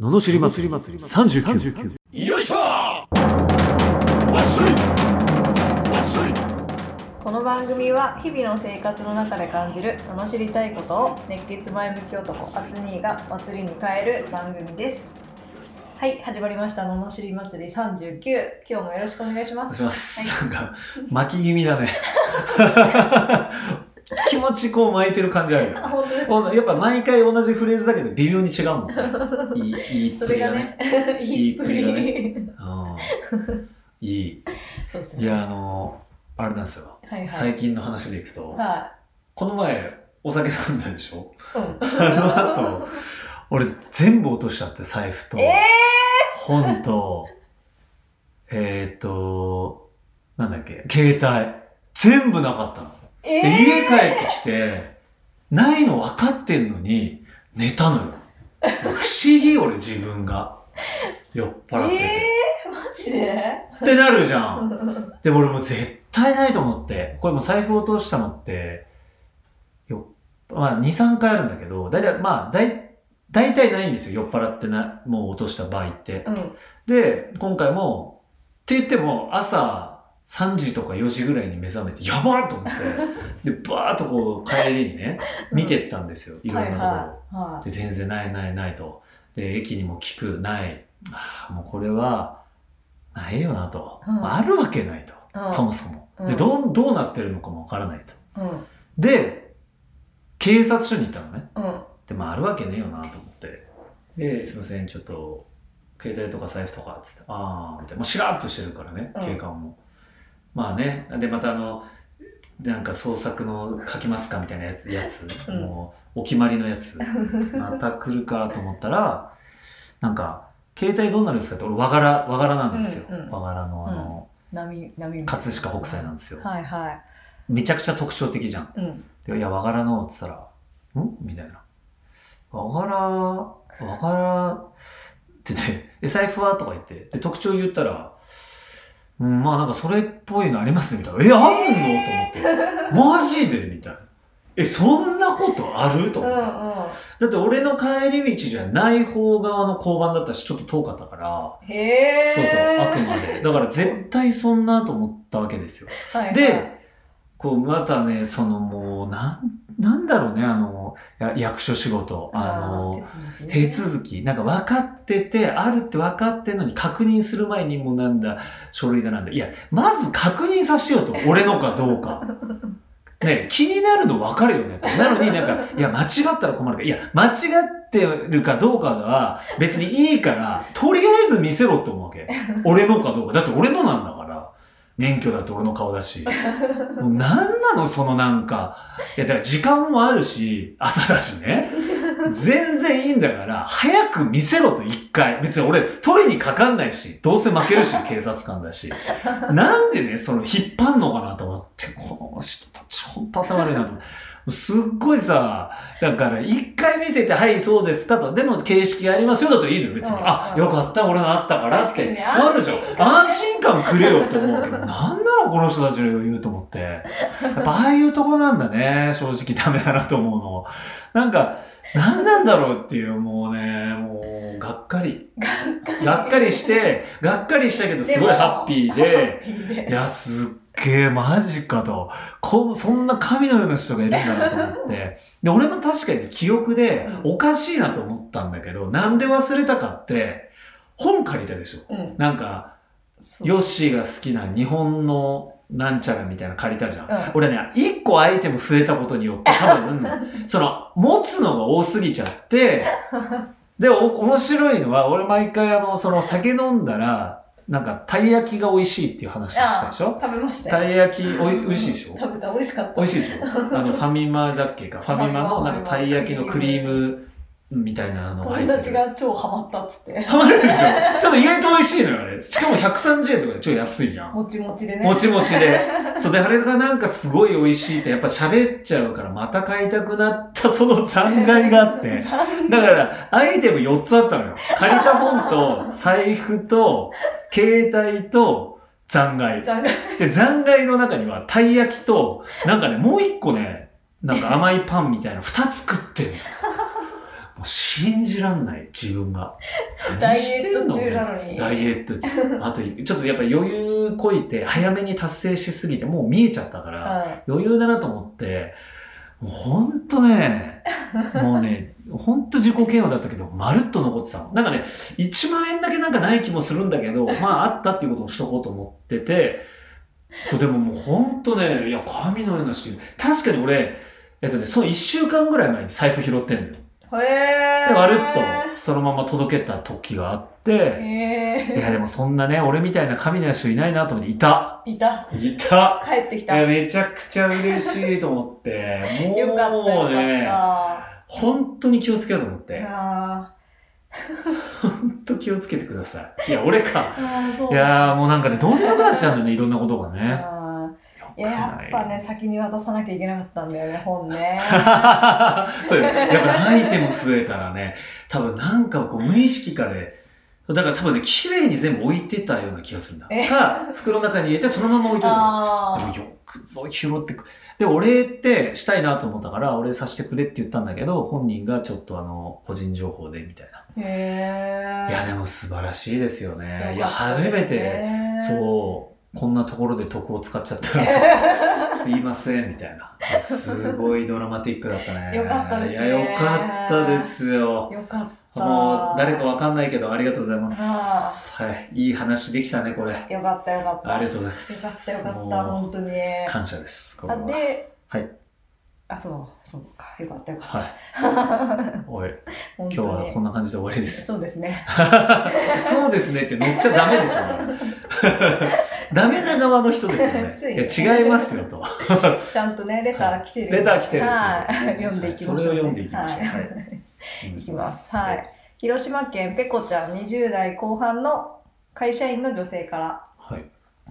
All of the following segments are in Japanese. ののしり祭り39よいしょわっしょいわっしょいこの番組は日々の生活の中で感じる楽しりたいことを熱血前向き男アツニーが祭りに変える番組ですはい始まりました「ののしり祭り39」今日もよろしくお願いしまお願いすします。はなんか、巻き気味だね。 気持ちこう巻いてる感じあるあよ。 本当ですほんとやっぱ毎回同じフレーズだけど微妙に違うもんね。いい、いい そプれレイだがね。ねいいプリいいうんいい。そうですいねや、あの、あれなんですよ。はいはい最近の話でいくと、はこの前、お酒飲んだでし ょいうんあの後、俺全部落としちゃって、財布と、ええ本と、えーっと、なんだっけ、携帯。全部なかったの。ー、でえ家帰ってきて、ないの分かってんのに、寝たのよ。不思議、俺自分が。酔っー、払ってて。えー、マジでってなるじゃん。で、俺もう絶対ないと思って。これもう財布落としたのって、よまあ、2、3回あるんだけど、だいたい、まあ、だい、大体ないんですよ。酔っ払ってな、もう落とした場合ってう。んで、今回も、って言っても、朝3時とか4時ぐらいに目覚めて、やばーと思 って、で、バーっとこう、帰りにね、見てったんですよ。いろんはないところを。はいはで、全然ないないないと。で、駅にも聞く、ない。あーもうこれは、ないよなと。うんまあ、あるわけないと。うんそもそも。うで、んどう、どうなってるのかもわからないと。いうんで、警察署に行ったのね。うんでもあるわけねえよなと思って。で、すいません、ちょっと、携帯とか財布とかっつって、ああ、みたいな。もうしらっとしてるからね、うん警官も。まあね、で、またあの、なんか創作の書きますかみたいなやつ、やつうんもうお決まりのやつ、また来るかと思ったら、なんか、携帯どうなるんですかって、俺、和柄、和柄なんですよ。うんうん和柄のあの、波葛波飾北斎なんですよ。はいはめちゃくちゃ特徴的じゃん。いうんでいや、和柄の、つったら、んみたいな。和柄、和柄って言って、え、財布はとか言って、で、特徴言ったら、うん、まあなんかそれっぽいのありますね、みたいな。え、あんの、と思って。マジでみたいな。え、そんなことあるとうん思っうて。だんって俺の帰り道じゃない方側の交番だったし、ちょっと遠かったから、へえそうそう、あくまで。だから絶対そんなと思ったわけですよ。はいはいで、こう、またね、そのもう、なん、なんだろうね、あの、や役所仕事、あの、ー手ね続き、なんか分かってて、あるって分かってんのに確認する前にもうなんだ、書類だなんだ。いや、まず確認させようと、俺のかどうか。ね、気になるの分かるよね。なのになんか、いや、間違ったら困るから、いや、間違ってるかどうかは別にいいから、とりあえず見せろって思うわけ。俺のかどうか。だって俺のなんだから。免許だって俺の顔だし。もう何なのそのなんか。いや、だから時間もあるし、朝だしね。全然いいんだから、早く見せろと一回。別に俺、取りにかかんないし、どうせ負ける し、警察官だし。なんでね、その引っ張んのかなと思って、この人たち本当頭悪いなと思って。すっごいさ、だから一回見せて、はい、そうですかと。でも形式ありますよだといいのよ、別にう。んあ、よかった、俺のあったからっ確かにて。ねなるじゃん。安心感くれよって思うけど、なんなのこの人たちの余裕と思って。やっぱああいうとこなんだね、正直ダメだなと思うの。なんか、何なんだろうっていう、もうね、もう、がっかり。 がっかりして、がっかりしたけど、すごいハッピーで、いいねいや、すっげえ、マジかと。こんそんな神のような人がいるんだなと思って。で、俺も確かに記憶でうおかしいなと思ったんだけど、なんで忘れたかって、本借りたでしょ。うんなんか、そうヨッシーが好きな日本のなんちゃらみたいなの借りたじゃん。うん俺ね、一個アイテム増えたことによって、 多分、その、持つのが多すぎちゃって、で、お面白いのは、俺毎回あの、その酒飲んだら、なんか、たい焼きが美味しいっていう話をしたでしょ食べましたたよい焼きおい美味しいでしょ食べた美味しかった美味しいで しょあのファミマだっけかファミマのなんかたい焼きのクリームみたいなのが入っ友て達るが超ハマったっつってハマるでしょちょっと意外と美味しいのよあれしかも130円とかで超安いじゃんもちもちでねもちもち で。そうで、あれがなんかすごい美味しいって、やっぱ喋っちゃうから、また買いたくなった、その 残骸があって。だから、アイテム4つあったのよ。借りた本と、財布と、携帯と、残骸。残念で、残骸の中には、たい焼きと、なんかね、もう一個ね、なんか甘い パンみたいな、二つ食ってるの。もう信じらんない、自分が。ダ何イしてエんッのト中なのに。ダイエット 中あとちょっとやっぱ余裕こいて早めに達成しすぎてもう見えちゃったからはい余裕だなと思ってもうほんと ねもうねほんと自己嫌悪だったけどまるっと残ってたのなんかね1万円だけなんかない気もするんだけ どまああったっていうことをしとこうと思っててそうでももうほんとねいや神のようなし確かに俺えっとねその1週間ぐらい前に財布拾ってんのよへでー。まるっとそのまま届けた時があっていやえでもそんなね俺みたいな神のような人いないなと思っていたー。いた。いた帰ってきいた。やよめちゃくちゃ嬉しいと思って もうかった。よねかっ。本当に気をつけようと思ったいてやーあ本当気をつけてくださいいや俺かーそういやーもうなんかねどうでもよくなっちゃうんだよねいろんなことがねあーいよやく やないっぱね、先に渡さなきゃいけなかったんだよね、本 ね。そうよやっぱアイテム増えたらね多分なんかこう無意識かでだから多分ね綺麗に全部置いてたような気がするんだえか袋の中に入れ てそのまま置いといたでもあよくぞ拾ってくでお礼ってしたいなと思ったからお礼させてくれって言ったんだけど本人がちょっとあの個人情報でみたいー。へなー。いやでも素晴らしいですよねいやよかった初でめすねてそうこんなところで徳を使っちゃったら すいませんみたいなすごいドラマティックだったねよかったですねいやよかったですよよかった。もう誰かわかんないけどありがとうございますあはいいい話できたねこれあよかったよかっりた。がよとうございまかっすたよかった、もう本当に。感謝ですこれあはで、はいあ、そう、そうか、よかったよかった。はい おい今今日はこんな感じで終わりです。そうですね。 そうですねって乗っちゃダメでしょ。ダメな側の人 ですついよねね。いや違いますよと。 ちゃんとね、レター来てる。レター来てる。はい、 読んでいきましょう、ね。それを読んでいきましょう。はいいいきます。はい。。広島県ペコちゃん20代後半の会社員の女性からはい。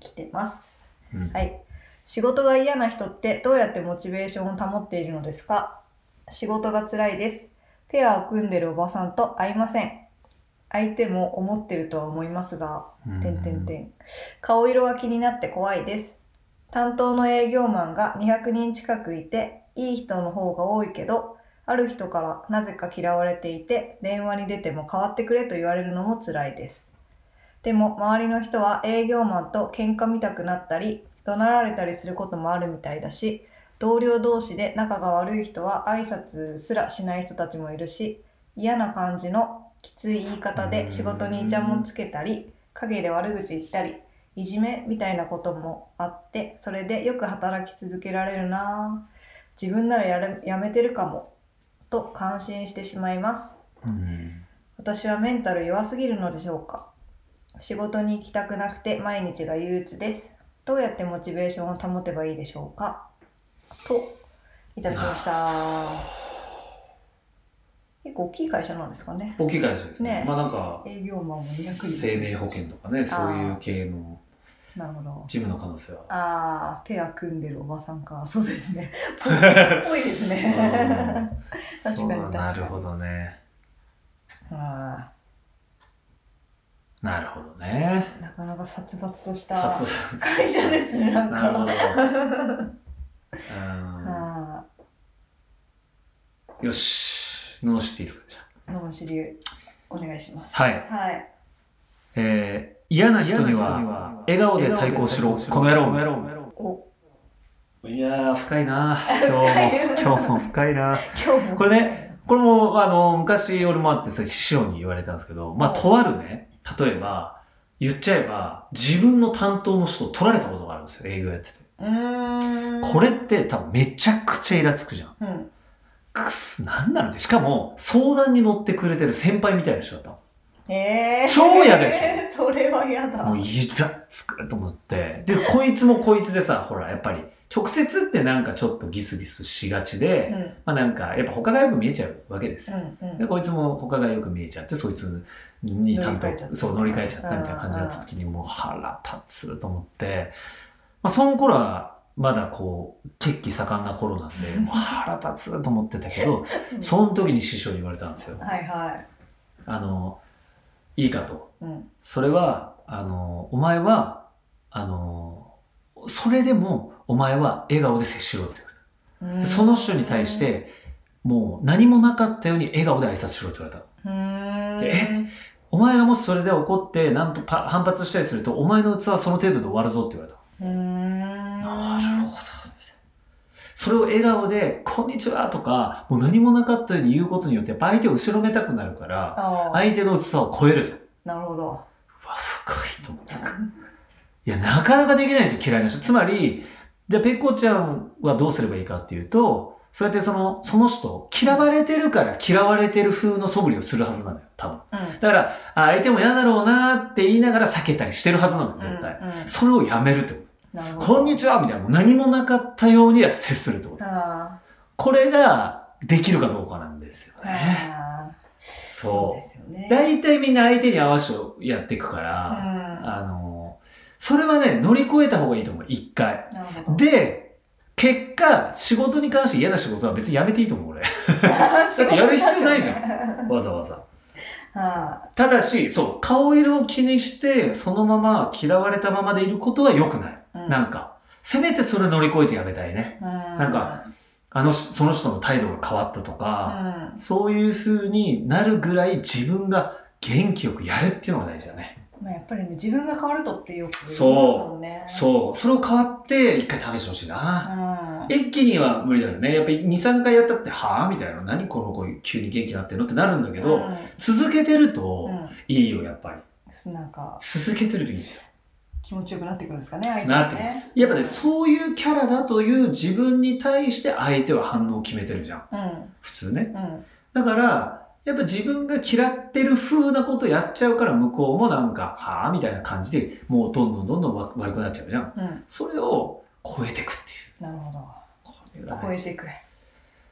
来てます。うんはい。仕事が嫌な人ってどうやってモチベーションを保っているのですか仕事が辛いです。ペアを組んでるおばさんと会いません。相手も思ってるとは思いますが、うんてんてんてん顔色が気になって怖いです担当の営業マンが200人近くいていい人の方が多いけどある人からなぜか嫌われていて電話に出ても変わってくれと言われるのも辛いですでも周りの人は営業マンと喧嘩見たくなったり怒鳴られたりすることもあるみたいだし同僚同士で仲が悪い人は挨拶すらしない人たちもいるし嫌な感じのきつい言い方で仕事にイチャモンつけたり陰で悪口言ったりいじめみたいなこともあってそれでよく働き続けられるなぁ自分ならやれやめてるかもと感心してしまいますうん私はメンタル弱すぎるのでしょうか仕事に行きたくなくて毎日が憂鬱ですどうやってモチベーションを保てばいいでしょうかといただきました結構大きい会社なんですかね大きい会社ですねね。まあなんか営業マンも200人生命保険とかねそういう系のなるほど事務の可能性は。ああペア組んでるおばさんかそうです ね多いですうんね確かに確かになるほどね。あなるほどね。ーなかなか殺伐とした殺会社ですねなんなるほ かど。うんあよし、のしていいですか、じゃあ。あのぼし流お願いしますはいはいえー、嫌な人に人にはは笑顔で対抗しろ、この野郎。おいやー、深いな今深日いも、今日も深いな今日もこれね、これも、あの、昔俺もあって、それ師匠に言われたんですけど、まあ、とあるね、例えば、言っちゃえば、自分の担当の人を取られたことがあるんですよ、営業やってて。うーんこれって多分めちゃくちゃイラつくじゃん。うんくっす、なんなのって。しかも、相談に乗ってくれてる先輩みたいな人だったの。えー、超嫌でしょえ ーそれは嫌だもうイラつくと思って。で、こいつもこいつでさ、ほら、やっぱり、直接ってなんかちょっとギスギスしがちうんで、うんまあなんか、やっぱ他がよく見えちゃうわけですよ。うんで、こいつも他がよく見えちゃって、そいつに担乗り換えちゃっ当、たそう、乗り換えちゃったみたいな感じになった時に、もう腹立つと思って、まあその頃は、まだこう、血気盛んな頃なんで、もう腹立つと思ってたけど、うんその時に師匠に言われたんですよ。はいはいあの、いいかと。うんそれは、あの、お前は、あの、それでも、お前は笑顔で接しろって言われうた。んでその人に対して、もう何もなかったように笑顔で挨拶しろって言われた。うーんでお前がもしそれで怒ってなんとパ反発したりするとお前の器はその程度で終わるぞって言われたうーんほどそれを笑顔で「こんにちは」とかもう何もなかったように言うことによってやっぱ相手を後ろめたくなるからああ相手の器を超えるとなる ほどうわ深いと思っていやなかなかできないんですよ嫌いな人つまりじゃあペッコちゃんはどうすればいいかっていうとそうやってそのその人嫌われてるから嫌われてる風の素振りをするはずなのよ多分うんだからあ相手も嫌だろうなって言いながら避けたりしてるはずなのよ絶対、うんうんそれをやめるってことなるほどこんにちはみたいな、もう何もなかったように接するってこと。あこれができるかどうかなんですよーね。あーそそうですよう。ね大体みんな相手に合わせてやっていくから、うあの、それはね、乗り越えた方がいいと思う、一回。んなるほどで、結果、仕事に関して嫌な仕事は別にやめていいと 思う、俺。だってやる必要ないじゃんわざわざ。あただし、そう、顔色を気にして、そのまま嫌われたままでいることは良くない。ーうんなんか、せめてそれ乗り越えてやめたいね。なんかあの、その人の態度が変わったとうか、んそういう風になるぐらい自分が元気よくやるっていうのが大事だね。まあ、やっぱりね自分が変わるとってよく言いますそうもんねう、そう。それを変わって一回試してほしいな。ん、一気には無理だよね。やっぱり2、3回やったって、はぁみたいな。何この子急に元気になってるのってなるんだけど、続けてるうとんうんいいよ、やっぱり。すなんか続けてるといいんですよ。気持ちよくなってくるんですかね相手ながってねます。やっぱね、そういうキャラだという自分に対して相手は反応を決めてるじゃん。うん普通ね。うんだから、やっぱ自分が嫌ってる風なことやっちゃうから向こうもなんか、はぁみたいな感じで、もうどんどんどんどんわ悪くなっちゃうじゃん。うんそれを超えてくってなるほどいう。超えていく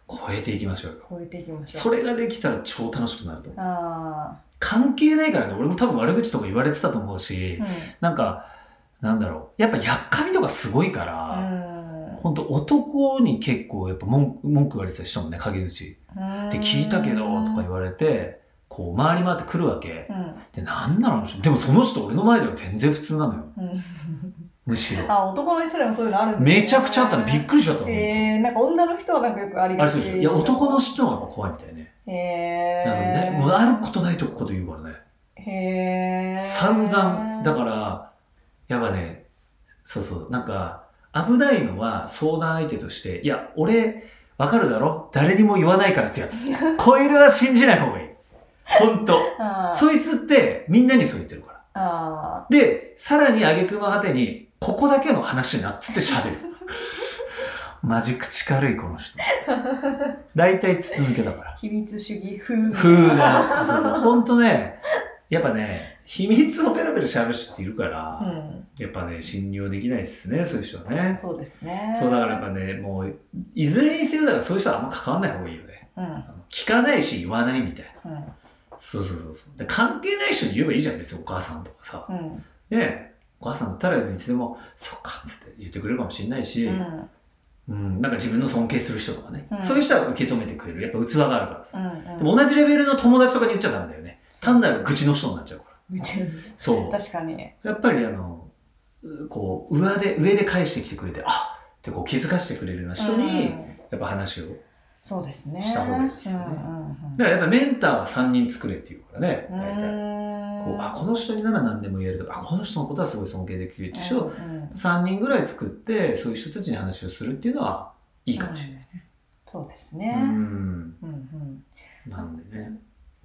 超えていきましょうよ。超えていきましょうそれができたら超楽しくなると思う。あ関係ないからね、俺も多分悪口とか言われてたと思うしー、なんか、なんだろう。やっぱやっかみとかすごいから、うほんと男に結構やっぱ文文句言われてたりしたもんね、陰口。んって聞いたけど、とか言われて、こう回り回ってくるわけ。うんで、なんなのあの人でもその人俺の前では全然普通なのよ。うんむしろ。あ男の人でもそういうのあるんだねめちゃくちゃあったのびっくりしちゃったの。えー、なんか女の人はなんかよくありあがれちそうでしょ。いや、男の人の方がやっぱ怖いみたいね。へなんかえね、もうあることないとこと言うからね。へえ散々。だから、やっぱね、そうそう、なんか、危ないのは相談相手として、いや、俺、わかるだろ誰にも言わないからってやつ。こいるは信じない方がいい。ほんと。あーそいつって、みんなにそう言ってるから。あで、さらに挙句の果てに、ここだけの話になっつって喋る。 マジ口軽いこの人。大体筒抜けだから。ー秘密主義風風な。そうそうほんとね、やっぱね、秘密をペラペラ喋る人っているから、うやっぱね、信用できないっすね、そういう人はん、ね。そうですね。そうだからやっぱね、もう、いずれにせよだからそういう人はあんま関わんない方がいいよね。うんあの聞かないし言わないみたいな。うんそうそうそうそう。で関係ない人に言えばいいじゃん、別にお母さんとかさ。うんねお母さんだったらいつでも「そっか」っつって言ってくれるかもしれないし、ううんんなんか自分の尊敬する人とかね、うんそういう人は受け止めてくれるやっぱ器があるからさ、うんでも同じレベルの友達とかに言っちゃダメだよね単なる愚痴の人になっちゃうから宇宙そう確かに。やっぱりあのうこう上で上で返してきてくれてあってこう気づかしてくれるような人うにんやっぱ話を、そうですね。した方がいいですよねうんうんうんだからやっぱメンターは3人作れっていうからねう大体ーんこうあこの人になら何でも言えるとかあこの人のことはすごい尊敬できるっていう人をうんうん3人ぐらい作ってそういう人たちに話をするっていうのはいいかもしれない。うんそうですうね。ん、うんうんなんでね。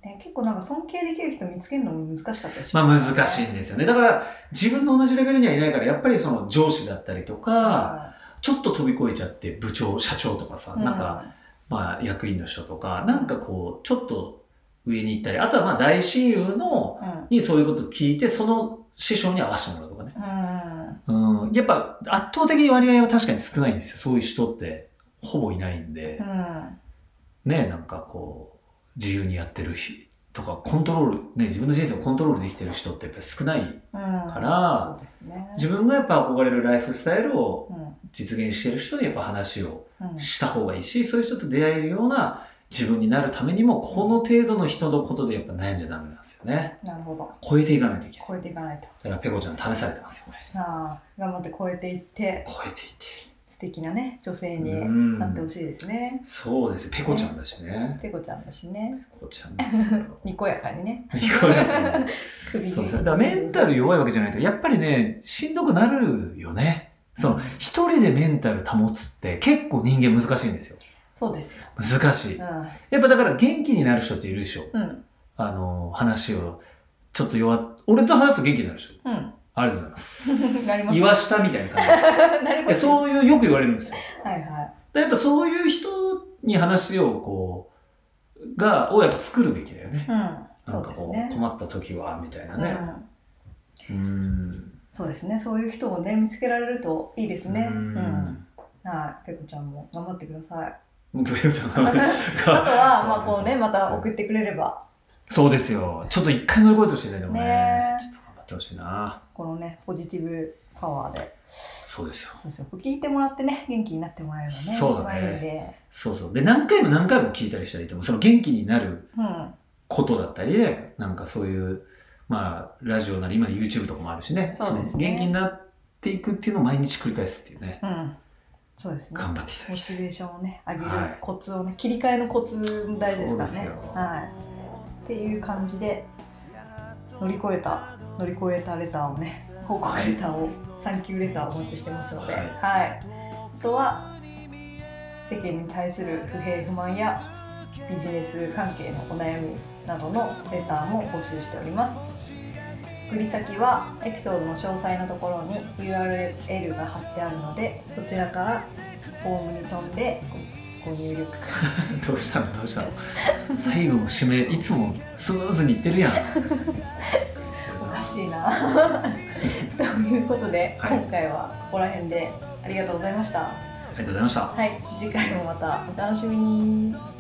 ね結構なんか尊敬できる人見つけるのも難しかったりしまあすね難しいんですよね。だから自分の同じレベルにはいないからやっぱりその上司だったりとか、ちょっと飛び越えちゃって部長、社長とかさ、うんなんかまあ役員の人とか、なんかこうちょっと上に行ったり、あとはまあ大親友のうんにそういうことを聞いてその師匠に合わせてもらうとかね。うんうん、やっぱ圧倒的に割合は確かに少ないんですよ。そういう人ってほぼいないんで。うんねなんかこう自由にやってる人とかコントロール、ね、自分の人生をコントロールできてる人ってやっぱり少ないうんらそうですね。自分がやっぱ憧れるライフスタイルをうん実現してる人にやっぱ話をうんした方がいいし、そういう人と出会えるような自分になるためにもこの程度の人のことでやっぱ悩んじゃダメなんですよねなるほど。超えていかないといけない超えていかないと。だからペコちゃん試されてますよこれああ頑張って超えていって超えていって素素敵なね女性にうんなってほしいですね。そうですよペコちゃんだしね。ペコちゃんだしねペコちゃんですよ。にこやかにねいくら首にそうですね。だからメンタル弱いわけじゃないけど、やっぱりね、しんどくなるよね。その、一人でメンタル保つって結構人間難しいんですよ。そうですよ。難しい。うやっぱだから元気になる人っているでしょ。ん うんあの、話を、ちょっと弱っ、俺と話すと元気になるでしょ。うんありがとうございます。なります。言わしたみたいな感なるじほで。ど。そういう、よく言われるんですよ。はいだはからやっぱそういう人に話をこう、が、をやっぱ作るべきだよね。い。うん。なそうんでかすこねう、。困った時は、みたいなうね。んうんそうですね。そういう人をね見つけられるといいですね。ううん。ん。はい。ペコちゃんも頑張ってくださ い。もう今日やるとあとな はまあこうねまた送ってくれればそうですよ。ちょっと一回乗り越えてほしいね、でもね。ねえちょっと頑張ってほしいな。このねポジティブパワーでそうですよ。そうですよ聞いてもらってね元気になってもらえるのねそうだね一番いいんで。そうそう。で、何回も何回も聞いたりしたりとも、その元気になるうん。ことだったりで、なんかそういう、まあ、ラジオなり、今 YouTube とかもあるしね。そうですねの元気になっていくっていうのを毎日繰り返すっていうね。うん。そうですね。頑張っていたモだきたチい。ベーションをね上げるはいコツをね、切り替えのコツも大事ですかそうらね。ですよはい。っていう感じで乗り越えた乗り越えたレターをね 報告レターを、サンキューレターをお待ちしてますので、ははいい。あとは世間に対する不平不満やビジネス関係のお悩みなどのレターも募集しております。送り先はエピソードの詳細のところに URL が貼ってあるのでそちらからフォームに飛んでごご入力どうしたのどうしたの最後の締め、いつもスムーズにいってるやん。おかしいな ということで、はい今回はここら辺でありがとうございましたありがとうございました。はい次回もまたお楽しみに